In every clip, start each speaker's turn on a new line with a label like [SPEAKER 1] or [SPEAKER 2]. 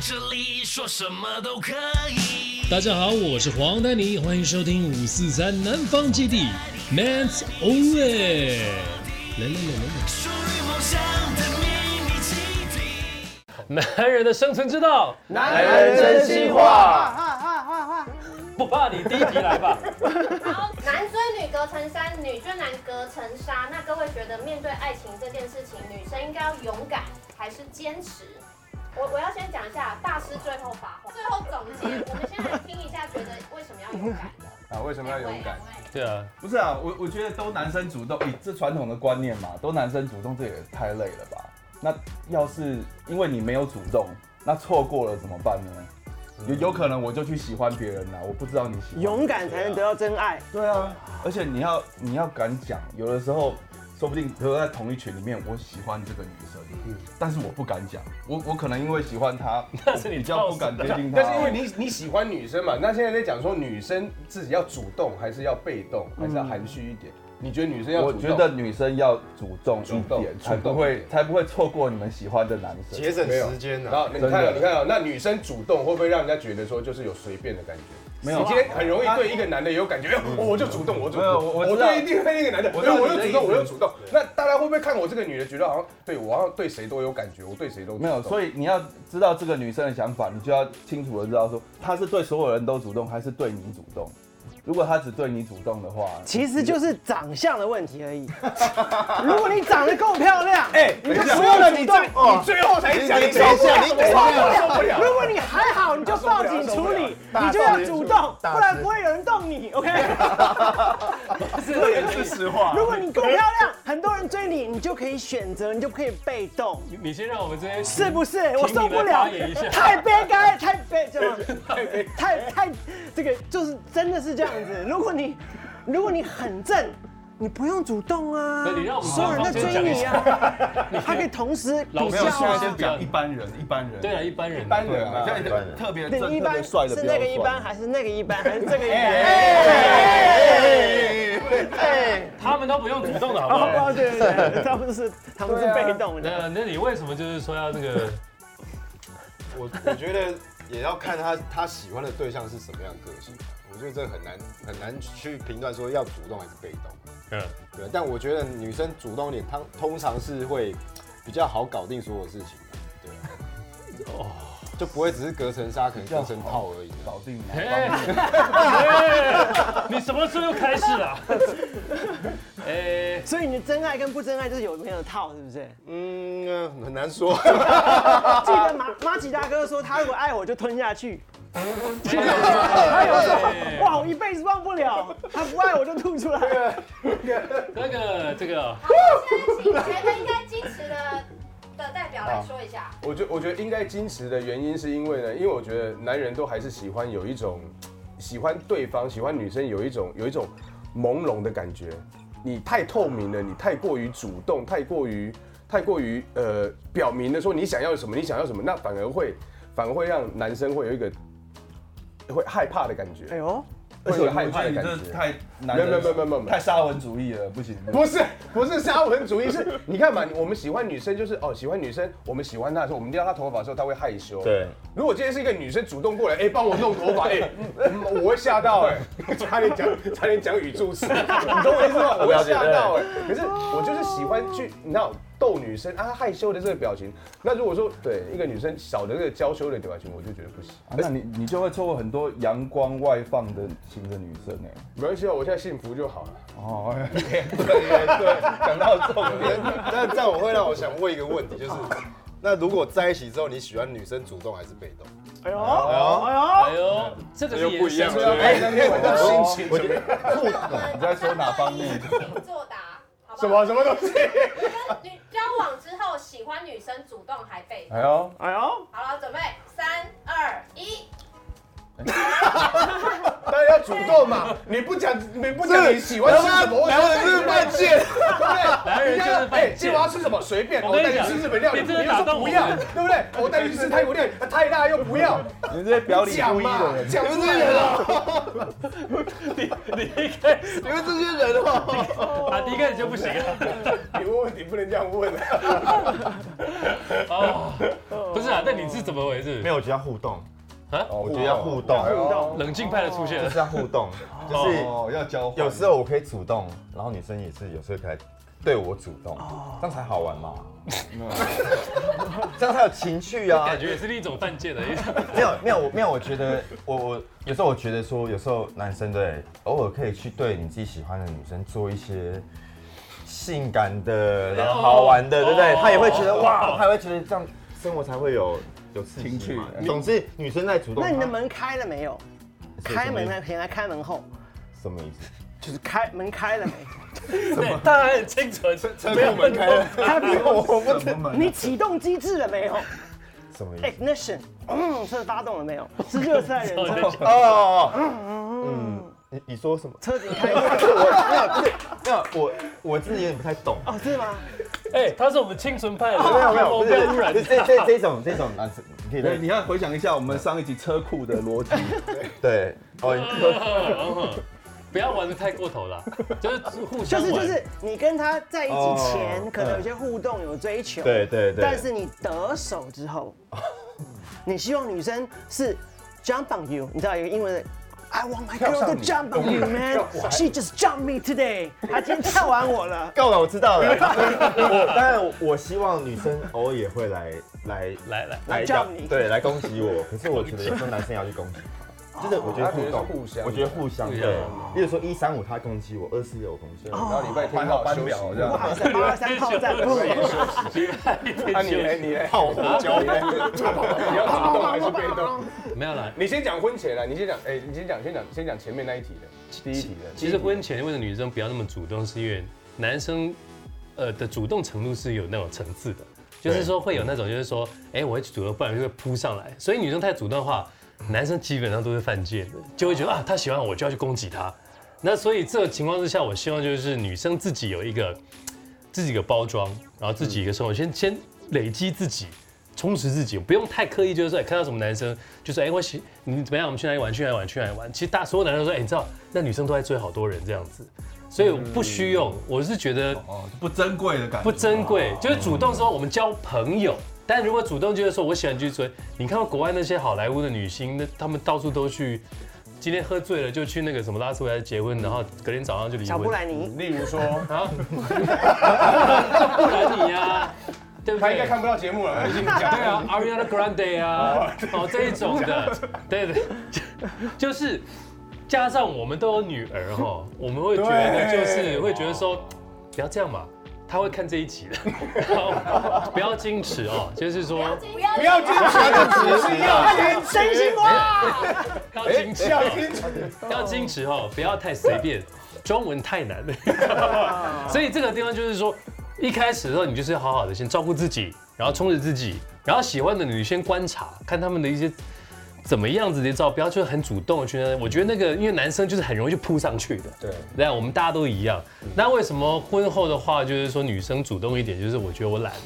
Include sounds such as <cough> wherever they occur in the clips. [SPEAKER 1] 这里说什么都可以。
[SPEAKER 2] 大家好，我是黄丹妮，欢迎收听五四三南方基地 Man's Only。来来来
[SPEAKER 1] 属于梦想的秘密基地。
[SPEAKER 2] 来来，男人的生存之道，
[SPEAKER 3] 男人真心话。
[SPEAKER 2] 不怕你第一题来吧。
[SPEAKER 4] 然后男追女隔层山，女追男隔层纱。那各位觉得面对爱情这件事情，女生应该要勇敢还是坚持？我我要先讲一下大师最后法话，最后总结。我们先来听一下，觉得为什么要勇敢的？
[SPEAKER 3] 啊，为什么要勇敢？
[SPEAKER 2] 对啊，
[SPEAKER 3] 不是啊，我我觉得都男生主动，以这传统的观念嘛，都男生主动，这也太累了吧？那要是因为你没有主动，那错过了怎么办呢？有有可能我就去喜欢别人啦，我不知道你喜欢。
[SPEAKER 5] 勇敢才能得到真爱。
[SPEAKER 3] 对啊，而且你要你要敢讲，有的时候说不定比如说在同一群里面，我喜欢这个女生，但是我不敢讲，我我可能因为喜欢 <laughs> 她，
[SPEAKER 2] 那是你
[SPEAKER 3] 比较
[SPEAKER 2] 造
[SPEAKER 3] 不
[SPEAKER 2] 成
[SPEAKER 3] 敢接近她。
[SPEAKER 6] 但是因为你你喜欢女生嘛，
[SPEAKER 3] 嗯
[SPEAKER 6] 那现在在讲说女生自己要主动还是要被动，还是要含蓄一点？你觉得女生要
[SPEAKER 3] 我
[SPEAKER 6] 主动？
[SPEAKER 3] 觉得女生要主动一
[SPEAKER 6] 主动
[SPEAKER 3] 点，
[SPEAKER 6] 主
[SPEAKER 3] 才不
[SPEAKER 6] 动一
[SPEAKER 3] 会
[SPEAKER 6] 点
[SPEAKER 3] 才不会错过你们喜欢的男生。
[SPEAKER 7] 节省时间呢、
[SPEAKER 6] 然后你
[SPEAKER 3] 真
[SPEAKER 6] 看
[SPEAKER 3] 的
[SPEAKER 6] 哦，你看哦，那女生主动会不会让人家觉得说就是有随便的感觉？
[SPEAKER 3] 没有啊
[SPEAKER 6] 你今天很容易对一个男的有感觉，哎我就主动，我主
[SPEAKER 3] 没有
[SPEAKER 6] 动，
[SPEAKER 3] 我我
[SPEAKER 6] 我
[SPEAKER 3] 知道
[SPEAKER 6] 对一定对那个男的，
[SPEAKER 3] 我
[SPEAKER 6] 我
[SPEAKER 3] 知道
[SPEAKER 6] 我
[SPEAKER 3] 你
[SPEAKER 6] 又
[SPEAKER 3] 的
[SPEAKER 6] 主动，
[SPEAKER 3] 意思
[SPEAKER 6] 我又主动。那大家会不会看我这个女的，觉得好像对我好像对谁都有感觉，我对谁都
[SPEAKER 3] 没有，
[SPEAKER 6] 以
[SPEAKER 3] 所以你要知道这个女生的想法，你就要清楚的知道说，她是对所有人都主动，还是对你主动。如果她只对你主动的话，
[SPEAKER 5] <laughs> 其实就是长相的问题而已。 <laughs> 如果你长得够漂亮，哎、你就不用
[SPEAKER 6] 了，
[SPEAKER 5] 主
[SPEAKER 6] 你
[SPEAKER 5] 动
[SPEAKER 6] 这。你最后才讲，你
[SPEAKER 7] 等一下，
[SPEAKER 6] 讲
[SPEAKER 7] 你等一下，
[SPEAKER 6] 受不了
[SPEAKER 5] 如果你还好，你就报警处理，
[SPEAKER 7] 大
[SPEAKER 5] 你就
[SPEAKER 7] 少
[SPEAKER 5] 要
[SPEAKER 7] 爷
[SPEAKER 5] 主
[SPEAKER 7] 是
[SPEAKER 5] 动，
[SPEAKER 7] 大
[SPEAKER 5] 不然
[SPEAKER 7] 师
[SPEAKER 5] 不会有人动你。OK， <laughs>
[SPEAKER 3] 这是实话
[SPEAKER 5] 如果你够漂亮，很多人追你，你就可以选择，你就可以被动，
[SPEAKER 2] 你你先让我们这些
[SPEAKER 5] 是不是？我
[SPEAKER 2] 你
[SPEAKER 5] 受不
[SPEAKER 2] 来发
[SPEAKER 5] 了
[SPEAKER 2] 言一下，
[SPEAKER 5] 太悲哀，太悲，这样太太这个就是真的是这样子。如果你如果你很正，你不用主动啊
[SPEAKER 2] 对你让我，们
[SPEAKER 5] 所有人在追你啊，他可以同时
[SPEAKER 2] 老
[SPEAKER 5] 比
[SPEAKER 2] 师
[SPEAKER 3] 没有，
[SPEAKER 5] 较
[SPEAKER 3] 现在
[SPEAKER 5] 啊
[SPEAKER 3] 先。讲一般人，一般人。
[SPEAKER 2] 对啊，一般人
[SPEAKER 3] 一般
[SPEAKER 6] 对
[SPEAKER 3] 人
[SPEAKER 6] 啊
[SPEAKER 3] 啊，现
[SPEAKER 6] 一
[SPEAKER 3] 在
[SPEAKER 6] 般
[SPEAKER 7] 人
[SPEAKER 3] 特别
[SPEAKER 5] 你
[SPEAKER 3] 正、
[SPEAKER 5] 一
[SPEAKER 3] 特
[SPEAKER 5] 般
[SPEAKER 3] 别帅的
[SPEAKER 5] 是
[SPEAKER 3] 不要
[SPEAKER 5] 那个一般，
[SPEAKER 3] 算。
[SPEAKER 5] 还是那个一般，还是这个一般？
[SPEAKER 3] 哎
[SPEAKER 5] 哎，
[SPEAKER 2] 他们都不用主动的好不
[SPEAKER 5] 哦，
[SPEAKER 2] 好？
[SPEAKER 5] 不对对对，他们是他们是被动的。
[SPEAKER 2] 那那你为什么就是说要这个？
[SPEAKER 7] 我我觉得也要看他他喜欢的对象是什么样的个性。啊我觉得这很难很难去评断说要主动还是被动。
[SPEAKER 3] <laughs>
[SPEAKER 2] 嗯，
[SPEAKER 7] 对，但我觉得女生主动一点，她通常是会比较好搞定所有事情的。对，哦，就不会只是隔层纱，可能隔层套而已。
[SPEAKER 3] 搞定了。
[SPEAKER 2] 哎，哎你什么时候又开始了？ <laughs> 哎，
[SPEAKER 5] 所以你的真爱跟不真爱就是有没有套，是不是？
[SPEAKER 7] 嗯，呃很难说。
[SPEAKER 5] 记得马马吉大哥说，他如果爱我就吞下去。他有说，哇，我一辈子忘不了，他不爱我就吐出来。
[SPEAKER 2] 那个这个
[SPEAKER 4] 好，我现在请觉得应该矜持的的代表来说一
[SPEAKER 3] <laughs>
[SPEAKER 4] 下。
[SPEAKER 6] 我觉我觉得应该矜持的原因是因为呢，因为我觉得男人都还是喜欢有一种喜欢对方，喜欢女生有一种有一种朦胧的感觉。你太透明了，你太过于主动，太过于太过于呃表明的说你想要什么，你想要什么，那反而会反而会让男生会有一个会害怕的感觉，
[SPEAKER 5] 哎呦，
[SPEAKER 6] 会有一个害怕的感
[SPEAKER 3] 我觉得你
[SPEAKER 6] 觉
[SPEAKER 3] 这。太男
[SPEAKER 6] 没
[SPEAKER 3] 人，
[SPEAKER 6] 有没有没有没有没有
[SPEAKER 3] 太沙文主义了，不行。
[SPEAKER 6] 不是不是沙文主义，是你看嘛，我们喜欢女生就是哦，喜欢女生，我们喜欢她的时候，我们撩她头发的时候，她会害羞。
[SPEAKER 7] 对，
[SPEAKER 6] 如果今天是一个女生主动过来，哎、帮我弄头发，哎、嗯我会吓到、哎，差点讲差点讲语助词，你懂我意思吗？我会吓到、哎，可是我就是喜欢去，你知道。逗女生啊，害羞的这个表情。那如果说对一个女生少的这个娇羞的表情，我就觉得不行。
[SPEAKER 3] 啊那你你就会错过很多阳光外放的型的女生哎。
[SPEAKER 6] 没关系啊，我现在幸福就好了。
[SPEAKER 3] 哦，哎对对，讲到重点。
[SPEAKER 7] 那这样我会让我想问一个问题，就是那如果在一起之后，你喜欢女生主动还是被动？
[SPEAKER 5] 哎呦，
[SPEAKER 3] 哦
[SPEAKER 5] 哎
[SPEAKER 2] 哎呦，这个是
[SPEAKER 7] 又不一样
[SPEAKER 2] 延伸
[SPEAKER 7] 了
[SPEAKER 6] 哎，那天晚上心情怎么样？
[SPEAKER 3] 你在说哪方面？
[SPEAKER 4] 请作答，好不好
[SPEAKER 6] 什么什么东西？
[SPEAKER 4] 跟女交往之后喜欢女生主动还被
[SPEAKER 3] 哎呦，
[SPEAKER 5] 呦，哎呦，
[SPEAKER 4] 好了，准备三二一，
[SPEAKER 6] 大人要主动嘛，你不讲你不讲你喜欢吃什么，
[SPEAKER 7] 男人
[SPEAKER 6] 我
[SPEAKER 7] 就是犯
[SPEAKER 6] 贱，对
[SPEAKER 2] 男人就是犯贱
[SPEAKER 6] 哎，今晚要吃什么随便，
[SPEAKER 2] 我
[SPEAKER 6] 我
[SPEAKER 2] 跟你
[SPEAKER 6] 带
[SPEAKER 2] 讲
[SPEAKER 6] 你吃日本料理，
[SPEAKER 2] 你真的
[SPEAKER 6] 又
[SPEAKER 2] 打
[SPEAKER 6] 说
[SPEAKER 2] 动我
[SPEAKER 6] 不要，对不对？我带你去吃泰国料理，太辣又不要，
[SPEAKER 3] 你这些表里
[SPEAKER 6] 讲
[SPEAKER 3] 不一
[SPEAKER 6] 嘛
[SPEAKER 3] 的，人，
[SPEAKER 6] 讲出来了，
[SPEAKER 2] 你一开始，
[SPEAKER 6] 你们这些人哦，
[SPEAKER 2] 啊，你一开始就不行了。
[SPEAKER 6] 你问问题不能这样问啊。
[SPEAKER 2] 哦，不是啊，那你是怎么回事？
[SPEAKER 8] 没有，我觉得要互动哦
[SPEAKER 2] 啊
[SPEAKER 8] 我觉得要互动，
[SPEAKER 2] 有冷静派的出现
[SPEAKER 8] 就
[SPEAKER 2] 了。
[SPEAKER 8] 是要
[SPEAKER 7] <laughs>
[SPEAKER 8] 互动，就是
[SPEAKER 3] 哦，要交换。
[SPEAKER 8] 有时候我可以主动，然后女生也是有时候可以对我主动，
[SPEAKER 7] 哦
[SPEAKER 8] 这样才好玩
[SPEAKER 7] <laughs>
[SPEAKER 8] 嘛。这样才有情趣
[SPEAKER 7] <laughs>
[SPEAKER 8] 啊！
[SPEAKER 2] 感觉也是另一种犯贱的意思。
[SPEAKER 8] 没有没有我没有，我觉得我我有时候我觉得说，有时候男生对偶尔可以去对你自己喜欢的女生做一些性感的，然后好玩的，对不对？
[SPEAKER 5] 哦
[SPEAKER 8] 他也会觉得哇，他也会觉得这样生活才会有有刺
[SPEAKER 3] 情
[SPEAKER 8] 激
[SPEAKER 3] 趣
[SPEAKER 8] 嘛。总之，女生在主动，
[SPEAKER 5] 那你的
[SPEAKER 8] 她
[SPEAKER 5] 门开了没有？
[SPEAKER 8] 是
[SPEAKER 5] 开门
[SPEAKER 8] 什么
[SPEAKER 5] 那
[SPEAKER 8] 意思
[SPEAKER 5] 前来开门后，
[SPEAKER 8] 什么意思？
[SPEAKER 5] 就是开门开了没？
[SPEAKER 2] 对，他还很清纯，没有问题。
[SPEAKER 5] 他比我
[SPEAKER 3] 我不怎么
[SPEAKER 5] 你启动机制了没有
[SPEAKER 8] 什么意
[SPEAKER 5] ？Ignition，
[SPEAKER 8] 思？
[SPEAKER 5] 嗯，车子发动了没有？是热赛人车，
[SPEAKER 8] 哦哦，哦嗯，你你
[SPEAKER 5] <laughs>
[SPEAKER 8] 说什么？
[SPEAKER 5] 车子开过
[SPEAKER 8] 我没有，不是没有，我我自己有点不太懂。
[SPEAKER 5] 嗯哦，是吗？
[SPEAKER 2] 哎，他是我们清纯派的，
[SPEAKER 8] <laughs> 没有没
[SPEAKER 2] <laughs>
[SPEAKER 8] 有，不
[SPEAKER 5] 哦
[SPEAKER 2] 被污染
[SPEAKER 8] 是，这这这种这种男生，你可以
[SPEAKER 3] 对，
[SPEAKER 8] 对
[SPEAKER 3] 你要回想一下我们上一集车库的逻 <laughs> 辑，
[SPEAKER 8] 对哦，
[SPEAKER 2] <laughs> 不要玩的太过头了，就是互
[SPEAKER 5] 就
[SPEAKER 2] 相
[SPEAKER 5] 是
[SPEAKER 2] 玩
[SPEAKER 5] 就是，你跟他在一起前
[SPEAKER 8] 哦，
[SPEAKER 5] 可能有些互动，有追求，
[SPEAKER 8] 对对对
[SPEAKER 5] 但是你得手之后，你希望女生是 jump on you，你知道有个英文的。I want my girl
[SPEAKER 3] 上
[SPEAKER 5] to
[SPEAKER 3] 你
[SPEAKER 5] jump on you, man. She just jumped me today. 她今天跳完我
[SPEAKER 6] <laughs>
[SPEAKER 5] 了。
[SPEAKER 8] 够了，我
[SPEAKER 7] <laughs>
[SPEAKER 8] 知道了。我当然我我希望女生偶尔也会来来
[SPEAKER 2] 来来，
[SPEAKER 8] 来
[SPEAKER 5] 叫
[SPEAKER 8] 咬
[SPEAKER 5] 你
[SPEAKER 8] 对，来攻击我。可是我觉得有时候男生也要去攻击他，就是我觉得互动，
[SPEAKER 7] 啊
[SPEAKER 6] 他觉得是互相的
[SPEAKER 8] 我觉得互相
[SPEAKER 2] 互相
[SPEAKER 8] 对。例如说一三五他攻击我，二四六我攻击
[SPEAKER 6] 然
[SPEAKER 8] 我，
[SPEAKER 6] 后礼拜天好好休息这
[SPEAKER 5] 不
[SPEAKER 6] 样。
[SPEAKER 5] 好意思，八二三炮
[SPEAKER 6] <laughs>
[SPEAKER 5] 战。
[SPEAKER 2] <laughs>
[SPEAKER 6] 那啊你嘞，你嘞，好我教你嘞，你要主动还是被动？
[SPEAKER 2] 没有啦。
[SPEAKER 6] 你先讲婚前啦，你先讲，哎，你先讲，先讲，先讲前面那一题的，第一题的。
[SPEAKER 2] 其实婚前为了女生不要那么主动，是因为男生呃的主动程度是有那种层次的，就是说会有那种就是说，哎、我会主动，不然就会扑上来。所以女生太主动的话，男生基本上都是犯贱的，就会觉得啊，他喜欢我就要去攻击他。那所以这个情况之下，我希望就是女生自己有一个自己一个包装，然后自己一个生活，先先累积自己。充实自己，不用太刻意，就是说，哎看到什么男生，就是哎、我喜你怎么样，我们去哪里玩，去哪里玩，去哪里玩。其实大所有男生都说，哎、你知道那女生都在追好多人这样子，所以不需用。我是觉得
[SPEAKER 3] 哦，不珍贵的感觉，
[SPEAKER 2] 不珍贵，就是主动说我们交朋友。但如果主动就是说我喜欢去追，你看到国外那些好莱坞的女星，那她们到处都去，今天喝醉了就去那个什么拉斯维加斯结婚，然后隔天早上就离婚。
[SPEAKER 5] 小布兰妮，
[SPEAKER 6] 例如说，
[SPEAKER 2] 啊，布兰妮啊，对不对？
[SPEAKER 6] 他应该看不到节目了，已经讲
[SPEAKER 2] 对啊，Ariana Grande 啊， <laughs> 哦这一种的， <laughs> 对对，就就是加上我们都有女儿哈，我们会觉得就是会觉得说，不要这样嘛，她会看这一集的， <laughs> 然后不要矜持哦，就是说
[SPEAKER 4] 不要
[SPEAKER 6] 不要坚持，是要坚持，
[SPEAKER 5] 真心话。
[SPEAKER 2] 要矜持，哎
[SPEAKER 6] 要坚持。
[SPEAKER 2] 要矜持哦，不要太随便，中文太
[SPEAKER 5] <laughs>
[SPEAKER 2] 难了。所以这个地方就是说，一开始的时候你就是要好好的先照顾自己，然后充实自己，然后喜欢的你先观察，看他们的一些怎么样子的照，不要就是很主动的去那。我觉得那个因为男生就是很容易就扑上去的，
[SPEAKER 6] 对，
[SPEAKER 2] 对啊，我们大家都一样。那为什么婚后的话，就是说女生主动一点，就是我觉得我懒了。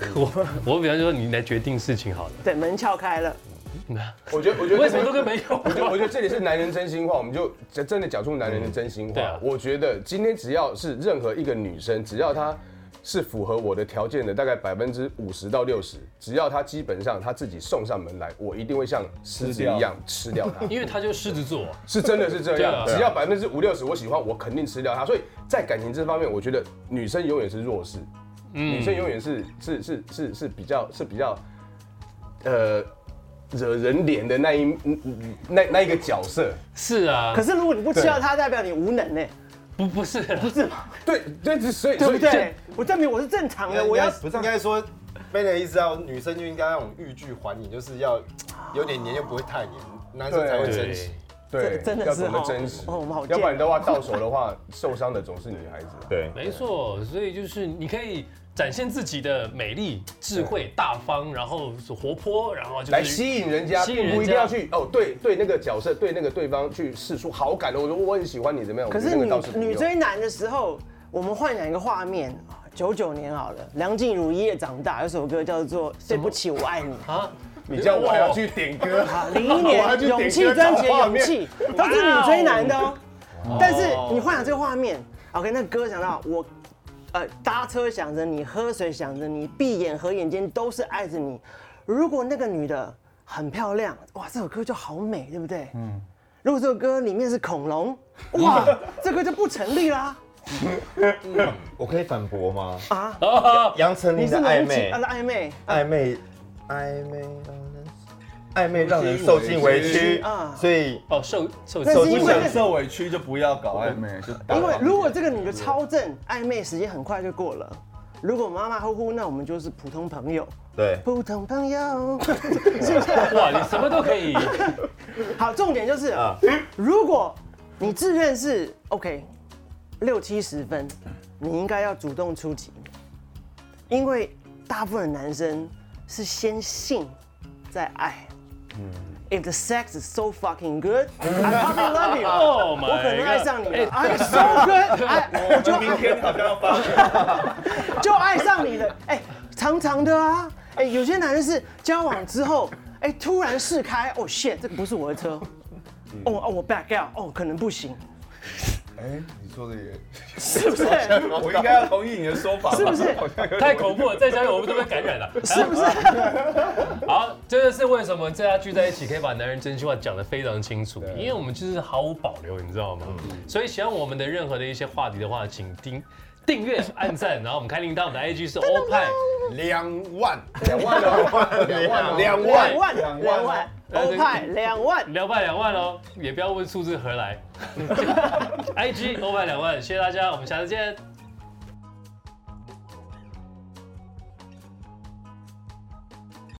[SPEAKER 5] 嗯
[SPEAKER 2] <laughs> 我我比方说你来决定事情
[SPEAKER 5] <laughs>
[SPEAKER 2] 好了，
[SPEAKER 5] 对，门撬开了。
[SPEAKER 6] 我觉得，我觉得
[SPEAKER 2] 为什么都跟没有
[SPEAKER 6] 我觉得我觉得这里是男人真心话，我们就真的讲出男人的真心
[SPEAKER 2] 嗯对
[SPEAKER 6] 话
[SPEAKER 2] 啊。
[SPEAKER 6] 我觉得今天只要是任何一个女生，只要她是符合我的条件的，大概百分之五十到六十，只要她基本上她自己送上门来，我一定会像狮子一样吃掉她。
[SPEAKER 2] 因为他就狮子座，
[SPEAKER 6] 是真的是这
[SPEAKER 2] 对啊
[SPEAKER 6] 样，只要百分之五六十我喜欢，我肯定吃掉它。所以在感情这方面，我觉得女生永远是弱势，
[SPEAKER 2] 嗯
[SPEAKER 6] 女生永远是是是是是比较是比较，呃，惹人脸的那一嗯嗯嗯那那一个角色。
[SPEAKER 2] 是啊
[SPEAKER 5] 可，是如果你不吃掉它，代表你无能呢，
[SPEAKER 2] 不不是啦，
[SPEAKER 5] 是吗？
[SPEAKER 6] 对对，所以
[SPEAKER 5] 对
[SPEAKER 6] 所
[SPEAKER 5] 不
[SPEAKER 6] 以
[SPEAKER 5] 对？我证明我是正常的，我要
[SPEAKER 7] 不是应该说，贝的意思啊，女生就应该那种欲拒还迎，就是要有点黏又不会太黏，男生才会珍惜。
[SPEAKER 6] 对，
[SPEAKER 5] 真的
[SPEAKER 6] 要
[SPEAKER 5] 是
[SPEAKER 6] 懂得
[SPEAKER 5] 哦
[SPEAKER 6] 珍惜，
[SPEAKER 5] 哦我们好
[SPEAKER 6] 要不
[SPEAKER 5] 贱 <laughs>
[SPEAKER 6] 然的话到手的话，受伤的总是女孩子。
[SPEAKER 8] 对，
[SPEAKER 2] 没错，所以就是你可以展现自己的美丽、智慧、大方，然后活泼，然后就是
[SPEAKER 6] 来吸引人家，
[SPEAKER 2] 吸引
[SPEAKER 6] 并
[SPEAKER 2] 人
[SPEAKER 6] 不
[SPEAKER 2] 家
[SPEAKER 6] 一定要去哦，对对，那个角色对那个对方去示出好感的。我说我很喜欢你，怎么样？
[SPEAKER 5] 可
[SPEAKER 6] 我
[SPEAKER 5] 是
[SPEAKER 6] 觉得
[SPEAKER 5] 女
[SPEAKER 6] 那个倒是不
[SPEAKER 5] 女
[SPEAKER 6] 用
[SPEAKER 5] 追男的时候，我们幻想一个画面，九九年好了，梁静茹一夜长大，有首歌叫做《对不起，我爱你》。
[SPEAKER 2] 啊，
[SPEAKER 6] 你叫我还要去
[SPEAKER 7] <laughs>
[SPEAKER 6] 点歌，
[SPEAKER 5] 啊，零一年
[SPEAKER 6] <laughs> 我还去
[SPEAKER 5] 《
[SPEAKER 6] 点歌
[SPEAKER 5] 勇气》专辑的
[SPEAKER 6] 找
[SPEAKER 5] 《
[SPEAKER 6] 画
[SPEAKER 5] 勇
[SPEAKER 6] 面
[SPEAKER 5] 气》都是女追男的哦。但是你幻想这个画面，OK，那歌想到我，呃，搭车想着你，喝水想着你，闭眼和眼睛都是爱着你。如果那个女的很漂亮，哇，这首歌就好美，对不对？嗯。如果这首歌里面是恐
[SPEAKER 6] <laughs>
[SPEAKER 5] 龙，哇，这歌就不成立啦
[SPEAKER 8] 我可以反驳吗？
[SPEAKER 5] 啊！
[SPEAKER 8] 杨丞
[SPEAKER 5] 你
[SPEAKER 8] 琳
[SPEAKER 5] 是
[SPEAKER 8] 哦的暧
[SPEAKER 5] 龙
[SPEAKER 8] 昧
[SPEAKER 5] 啊，，暧昧
[SPEAKER 8] 暧昧，暧昧让人，暧昧让人受尽委屈
[SPEAKER 5] 啊，
[SPEAKER 8] 所以
[SPEAKER 2] 哦，受受
[SPEAKER 5] 但是因
[SPEAKER 3] 不
[SPEAKER 5] 为
[SPEAKER 3] 想受委屈就不要搞暧昧，就打
[SPEAKER 5] 因为如果这个女的超正，暧昧时间很快就过了。如果马马虎虎，那我们就是普通朋友。
[SPEAKER 8] 对，
[SPEAKER 5] 普通朋友，
[SPEAKER 2] 哇，你什么都可以，
[SPEAKER 5] 好，重点就是
[SPEAKER 8] 啊，
[SPEAKER 5] 如果你自认是 OK 六七十分，你应该要主动出击，因为大部分的男生是先性再爱。If the sex is so fucking good, I probably love you.
[SPEAKER 2] Oh my
[SPEAKER 5] 我可能爱上你
[SPEAKER 2] God
[SPEAKER 5] 了。I'm so good. I 我就
[SPEAKER 3] 明天好像要发
[SPEAKER 5] <laughs> 就爱上你了。哎、长长的啊，哎、有些男人是交往之后，哎、突然试开，哦、shit，这个不是我的车，哦哦，我 back out，哦，可能不行，
[SPEAKER 6] 哎，你说的也，
[SPEAKER 5] 是不是？
[SPEAKER 3] 我应该要同意你的说法吧，
[SPEAKER 5] 是不是
[SPEAKER 3] 好像有
[SPEAKER 2] 太恐怖了，在家里我们都被感染了。
[SPEAKER 5] <laughs> 是不是？
[SPEAKER 2] <laughs> 好，这就是为什么大家聚在一起可以把男人真心话讲得非常清楚，因为我们就是毫无保留，你知道吗？
[SPEAKER 5] 嗯
[SPEAKER 2] 所以喜欢我们的任何的一些话题的话，请订订阅、按赞，然后我们开铃铛，我们的 IG 是欧派。
[SPEAKER 6] 两万，两万哦，两万哦，两万
[SPEAKER 5] 两万，两万，欧派两万，
[SPEAKER 2] 两万两万哦，也不要问数字何来。IG 欧派两万，谢谢大家，我们下次见。